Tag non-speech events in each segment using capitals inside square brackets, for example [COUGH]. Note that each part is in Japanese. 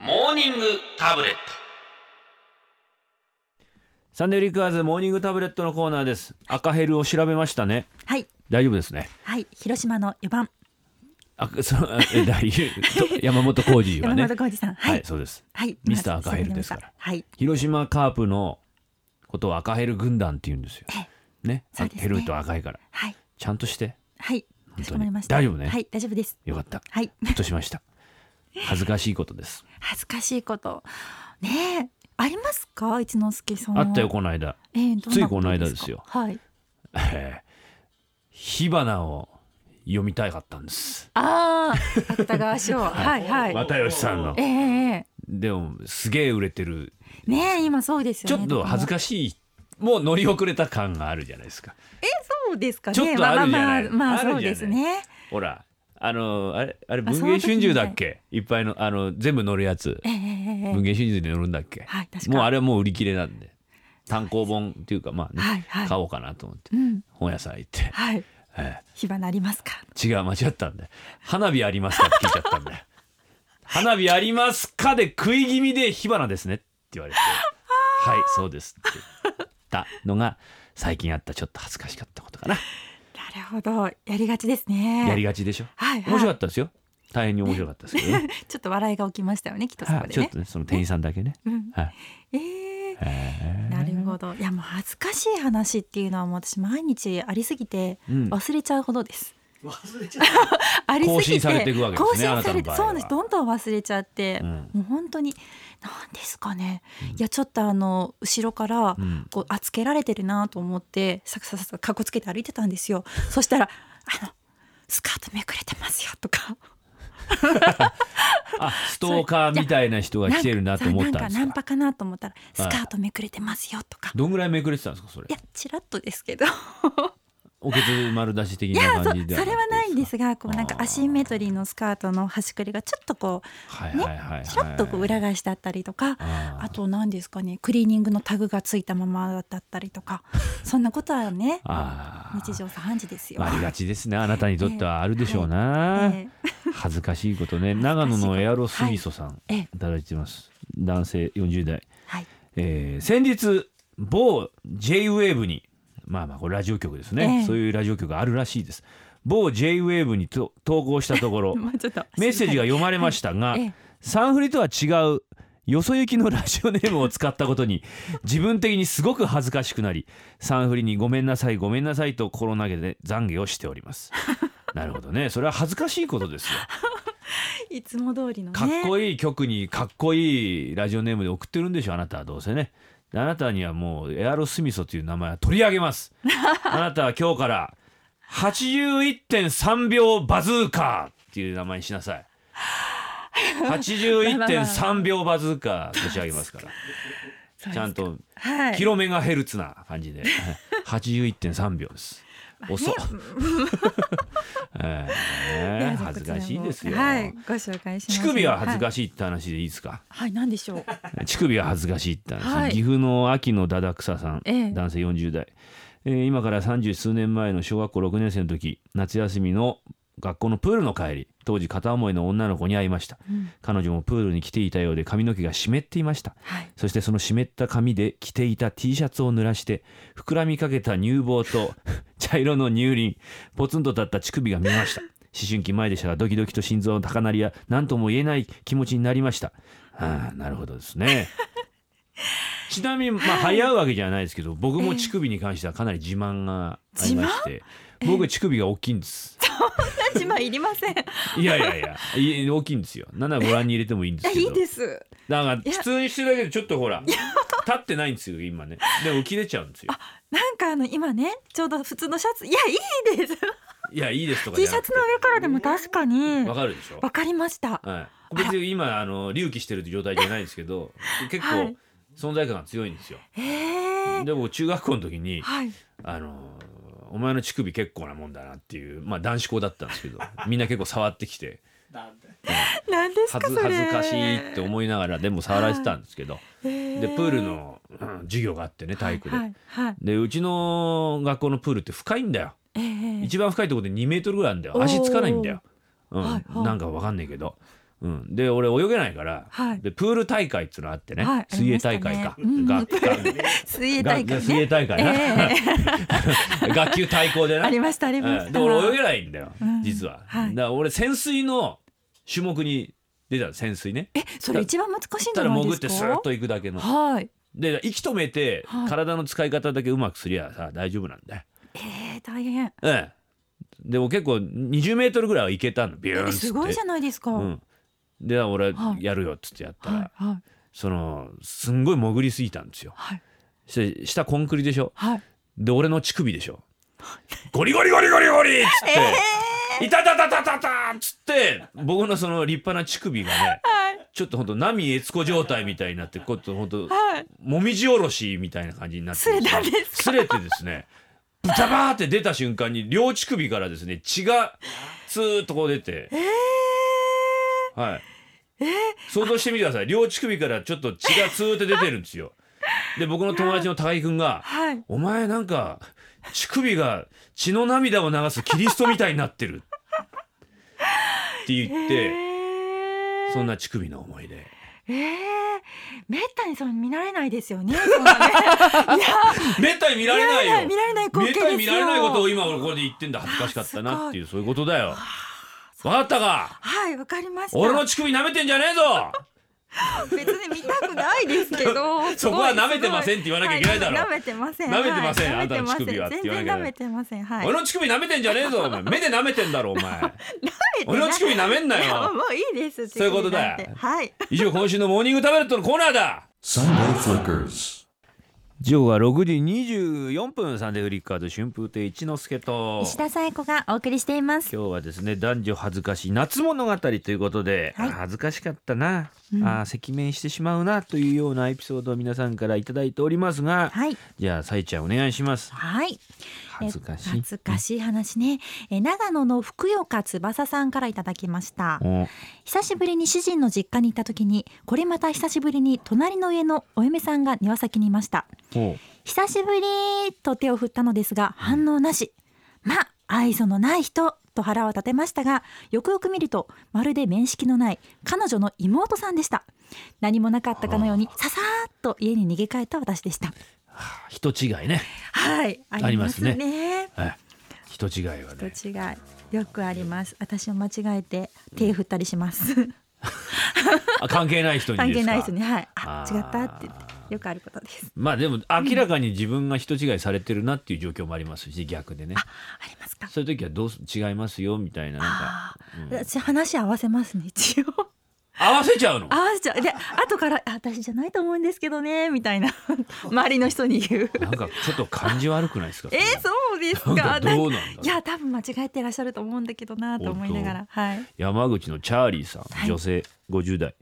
ニングタブレットサンデーリクアーズモーニングタブレットのコーナーです赤ヘルを調べましたねはい大丈夫ですねはい広島の4番あそのえ大丈 [LAUGHS] 夫山本浩二は山ね本浩二さんは、はいいそうですはいミスター赤ヘルですから今はい広島カープのことを赤ヘル軍団って言うんですよえねそうですねヘルと赤いからはいちゃんとしてはい当にかしこまりました大丈夫ねはい大丈夫ですよかったはい [LAUGHS] ほっとしました恥ずかしいことです恥ずかしいことねえありますか一之輔さんあったよこの間ええどんなとついこの間ですよかはいえー火花を読みたいかったんですああ芥 [LAUGHS] 川賞はいはい、又吉さんのえええでもすげえ売れてるえねえ今そうですちよょねっと恥ずしいかしいもう乗り遅れた感があるじゃないですかそうですかねちょっとあるじゃないまあまあまああるじゃないそうですねほらあのあれあれあそ文の藝時ね春秋だっけいっぱいのあの全部乗るやつええええ文ええ藝春秋で乗るんだっけはい確かもうあれはもう売り切れなんで単行本っていうかまあね、はいはい買おうかなと思ってうん本屋さん行って、はいえ火花ありますかえ違う間違ったんで花火ありますかって聞いちゃった [LAUGHS] んで花火ありますかで食い気味で火花ですねって言われてはいそうですって言ったのが最近あったちょっと恥ずかしかったことかななるほどやりがちですねやりがちでしょはいはい面白かったですよ大変に面白かったですけどねちょっと笑いが起きましたよねきっ [LAUGHS] とそはこいでちょっねとねその店員さんだけねうんはいええへえなるほどいやもう恥ずかしい話っていうのはもう私毎日ありすぎてうん忘れちゃうほどです、忘れちゃったありすぎ更新てされていくわけですね更新されてあなたの場合はそうなんですどんどん忘れちゃって、うんもう本当に何ですかね、いやちょっとあの後ろからうんこうあつけられてるなと思ってさクさクさクかっこつけて歩いてたんですよそしたらあのスカートめくれてますよとかあストーカーみたいな人が来てるなと思ったんでそうなすんかナンかパかなと思ったらスはカいートめくれてますよとか、どんぐらいめくれてたんですかそれいやちらっとで [LAUGHS] すけどおけつ丸出し的いやなそ感うじでそれはないんですがこうなんかあーアシンメトリーのスカートの端くれがちょっとこはいうねはいはいはいちらっとこう裏返しだったりとかあーあと何ですかねクリーニングのタグがついたままだったり [LAUGHS] とかそんなことはねあー日常茶飯事ですよ。まあありがちですねあなたにとってはあるでしょうな、え恥ずかしいことねずかしいこ長野とのエアロスミソさん、えええい、ただいてます男性40代、はいえー先日某 JWAVE にまあまあこれラジオ局ですね、ええそういうラジオ局があるらしいです某 JWAVE にと投稿したとこ [LAUGHS] ろもうちょっとメッセージが読まれましたが、ええサンフリとは違うよそ行きのラジオネームを使ったこと [LAUGHS] に自分的にすごく恥ずかしくなりサンフリにごめんなさいごめんなさいと心投げで懺悔をしております [LAUGHS] なるほどねそれは恥ずかしいことですよいつも通りのねかっこいい曲にかっこいいラジオネームで送ってるんでしょあなたはどうせねあなたにはもうエアロスミソという名前は取り上げます [LAUGHS] あなたは今日から81.3秒バズーカーっていう名前にしなさい [LAUGHS] 81.3秒バズーカー差し上げますからそうです [LAUGHS] ちゃんとはいキロメガヘルツな感 [LAUGHS] じで81.3秒です遅っえいえや恥ずかしいですよ、はいご紹介します乳首は恥ずしいかしいって話でいいですか、はい、はい、何でしょう乳首は恥ずかしいって話、はい岐阜の秋のだだくささん、ええ男性40代、えー今から三十数年前の小学校6年生の時夏休みの学校のプールの帰り当時片思いの女の子に会いました、うん彼女もプールに来ていたようで髪の毛が湿っていましたはいそしてその湿った髪で着ていた T シャツを濡らして膨らみかけた乳房と [LAUGHS] 茶色の乳輪ポツンと立った乳首が見えました思春期前でしたがドキドキと心臓の高鳴りや何とも言えない気持ちになりましたああなるほどですねちなみにまあはい流行うわけじゃないですけど僕も乳首に関してはかなり自慢がありまして慢え僕乳首が大きいんです自慢いりませんいやいやいやい大きいんですよ7ご覧に入れてもいいんですけいどいですだからいや普通にしてるだけでちょっとほら立ってないんですよ今ねでも浮き出ちゃうんですよなんかあの今ねちょうど普通のシャツいやいいですいやいいですとか T じシゃなャくツての上からでも確かにわかるでしょわかりましたはい別に今あの隆起してる状態じゃないんですけど結は構い存在感が強いんですよへえでも中学校の時にはいあのお前の乳首結構なもんだなっていうまあ男子校だったんですけ [LAUGHS] どみんな結構触ってきてなんだなんですか恥そずれ恥ずかしいって思いながらでも触られてたんですけどででプールのうん授業があってね体育ではいはいでうちの学校のプールって深いんだよええ一番深いところで2メートルぐらいあるんだよ足つかないんだよ、うんはいはいなんかわかんないけどうん、で俺泳げないから、はいでプール大会っていうのあってね、はい水泳大会か、ありましたねがが水泳大が会水泳ね。大会な、え [LAUGHS] 学級対抗でえなありましたありましうた。んで俺泳げないんだよ、うん実は、はいだから俺潜水の種目に出たの潜水ねえそれ一番難しいんじたゃだな潜いでっすてか。スーッと行くだけのはい。で息止めてはい体の使い方だけうまくすりゃさ大丈夫なんだよ、えー、大変。うんでも結構20メートルぐらいは行けたのビューンっえつってすごいじゃないですか。うはいん、で俺はいやるよっつってやったら、はいそのすんごい潜りすぎたんですよはいして下コンクリでしょはい。で俺の乳首でし [LAUGHS] ょゴリゴリゴリゴリゴリっつって、いたたたたたたっつって僕のその立派な乳首がねはいちょっとほんと波悦子状態みたいになってこうやってほんとはい。もみじおろしみたいな感じになってすれたんですかすれてですねブタバーって出た瞬間に両乳首からですね血がツーッとこう出てえー、はい、想像してみてください両乳首からちょっと血がツーって出てるんですよで僕の友達の高木君がはい「お前なんか乳首が血の涙を流すキリストみたいになってる」って言 [LAUGHS] って、えー、そんな乳首の思い出えー、めったにそれ見られないで [LAUGHS] すよね。そんなねいやめったに見られないよ見られないめ光っ景たですによ。見られないことを今俺ここで言ってんだ恥ずかしかったなっていうそういうことだよ分かったかはいわかりました。俺の乳首舐めてんじゃねえぞ別に見たくないですけど [LAUGHS] そこは舐めてませんって言わなきゃいけないだろ [LAUGHS] は舐めてません舐めてませんはいあんたの乳首はって全言わな然きゃ舐いめてませんはい俺の乳首舐めてんじゃねえぞお前目で舐めてんだろお [LAUGHS] 前俺の乳首首舐めんなよもういいですそういうことだよ乳首なんてはい以上今週のモーニングタブレットのコーナーだ Sunday Flickers. 時刻は6時24分サンデーフリッカーズ春風亭一之輔と石田紗子がお送りしています今日はですね男女恥ずかしい夏物語ということで、はいあー恥ずかしかったな、うんあー赤面してしまうなというようなエピソードを皆さんからいただいておりますが、はいじゃあさいちゃんお願いしますはい恥ずかしい懐かしい話ねえ長野の福岡翼さんからいただきましたお久しぶりに主人の実家に行った時にこれまた久しぶりに隣の家のお嫁さんが庭先にいましたお久しぶりと手を振ったのですが反応なしまあ愛想のない人と腹を立てましたがよくよく見るとまるで面識のない彼女の妹さんでした何もなかったかのようにささーっと家に逃げ帰った私でした人違いね、はいありますありねはい、人違いはね人違いよくあります私を間違えて手振ったりしますあ関係ない人にですか関係ないですねはいああー違ったって言ってよくあることですまあでも明らかに自分が人違いされてるなっていう状況もありますし逆でねありますかそういう時はどうす違いますよみたいななんかあー私話合わせますね一 [LAUGHS] 応合わせちゃうの合わせちゃうで後からあ私じゃないと思うんですけどねみたい [LAUGHS] な周りの人に言うなんかちょっと感じ悪くないですか [LAUGHS] えー、そそうですれかなんかどうなんだろういや多分間違えてらっしゃると思うんだけどなと思いながらはい山口のチャーリーさん、はい女性50代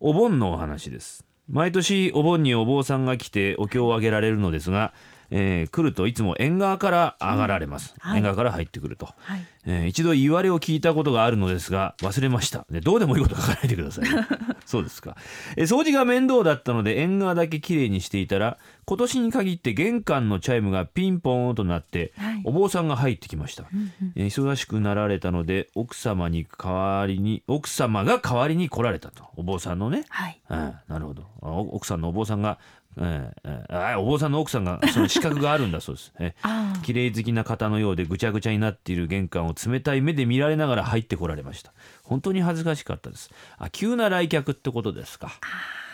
お盆のお話です毎年お盆にお坊さんが来てお経をあげられるのですが、えー来るといつも縁側から上がられます、はい縁側から入ってくると、はいえー一度言われを聞いたことがあるのですが忘れました、ね、どうでもいいこと書かないでください [LAUGHS] そうですか、えー掃除が面倒だったので縁側だけきれいにしていたら今年に限って玄関のチャイムがピンポーンとなって、はいお坊さんが入ってきました、うんうんえー忙しくなられたので奥様に代わりに奥様が代わりに来られたとお坊さんのね、はいうんなるほどあお奥さんのお坊さんが、うんうんあお坊さんの奥さんがその資格があるんだそうです、え [LAUGHS] あー綺麗好きな方のようでぐちゃぐちゃになっている玄関を冷たい目で見られながら入ってこられました本当に恥ずかしかったですあ急な来客ってことですか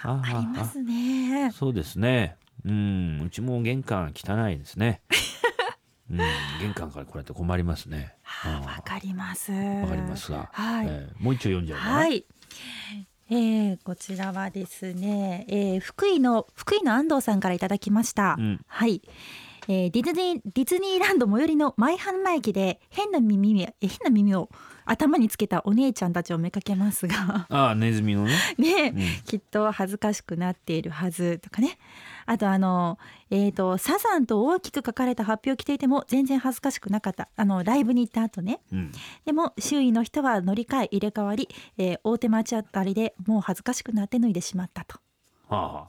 あありますねそうですねうんうちも玄関汚いです [LAUGHS] ねうん玄関から来られて困りますねあーわかりますわかりますが、はいえーもう一丁読んじゃうかな、はい。えー、こちらはですね、えー、福井の福井の安藤さんからいただきました。うんはい。えー、ディズニーディズニーランド最寄りの舞浜駅で変な耳にえ変な耳を頭につけたお姉ちゃんたちを見かけますが [LAUGHS] ああネズミのね、ねえ、うんきっと恥ずかしくなっているはずとかねあとあのえっ、とサザンと大きく書かれた発表を着ていても全然恥ずかしくなかったあのライブに行った後ねうん、でも周囲の人は乗り換え入れ替わり、えー大手町あたりでもう恥ずかしくなって脱いでしまったと。はあは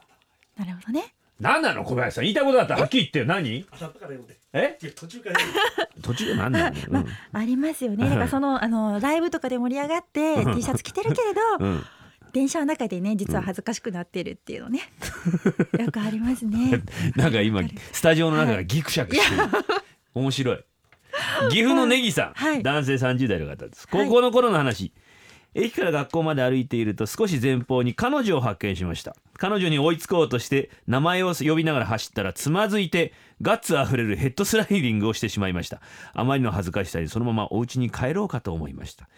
あなるほどね。何なの小林さん言いたいことだったらはっきり言ってよ何頭から読んでえいや途中から読んで途中何なの、うんあり [LAUGHS] ますよね。だからそのあのライブとかで盛り上がって [LAUGHS] T シャツ着てるけれど、うん、電車の中でね実は恥ずかしくなってるっていう [LAUGHS] のね、よくありますね。なんか [LAUGHS] 今スタジオの中がギクシャクしてる、面白い岐阜のネギさん、はい男性30代の方ですは高い校の頃の話、駅から学校まで歩いていると少し前方に彼女を発見しました彼女に追いつこうとして名前を呼びながら走ったらつまずいてガッツあふれるヘッドスライディングをしてしまいましたあまりの恥ずかしさにそのままお家に帰ろうかと思いました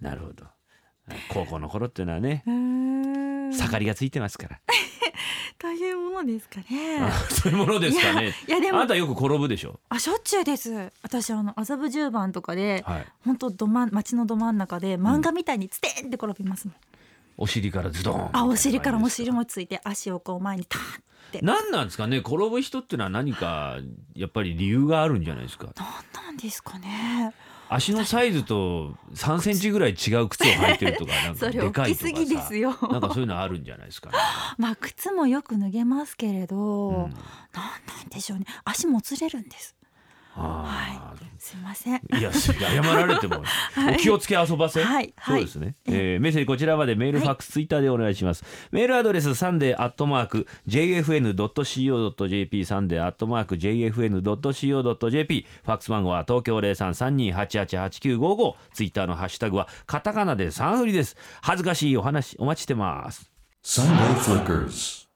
なるほど高校の頃っていうのはねうーん盛りがついてます [LAUGHS] からというものですかね。あそういうものですかねいやいやであもなたよく転ぶでしょあしょっちゅうです。私あの麻布十番とかで、はい本当どま街のど真ん中で漫画みたいにつてんって転びますもん。お尻からズドンあお尻からお尻もついて足をこう前にターンって。な何なんですかね転ぶ人ってのは何かやっぱり理由があるんじゃないですかんなんですかね。足のサイズと3センチぐらい違う靴を履いてるとかなんか [LAUGHS] そでれか大いきとかすさぎですよ。なんかそういうのあるんじゃないです [LAUGHS] かね、まあ靴もよく脱げますけれど、うんなんなんでしょうね。足もつれるんです。あすいません。ーいやす謝られて [LAUGHS] も、いお気をつけ遊ばせ、はいはそいうですね、えー、メッセージこちらまでメール、ファックスツイッターでお願いしますメールアドレスサンデーアットマーク JFN.CO.JP サンデーアットマーク JFN.CO.JP ファックス番号は東京0332888955ツイッターのハッシュタグはカタカナでサンフリです恥ずかしいお話お待ちしてます Sunday Flickers.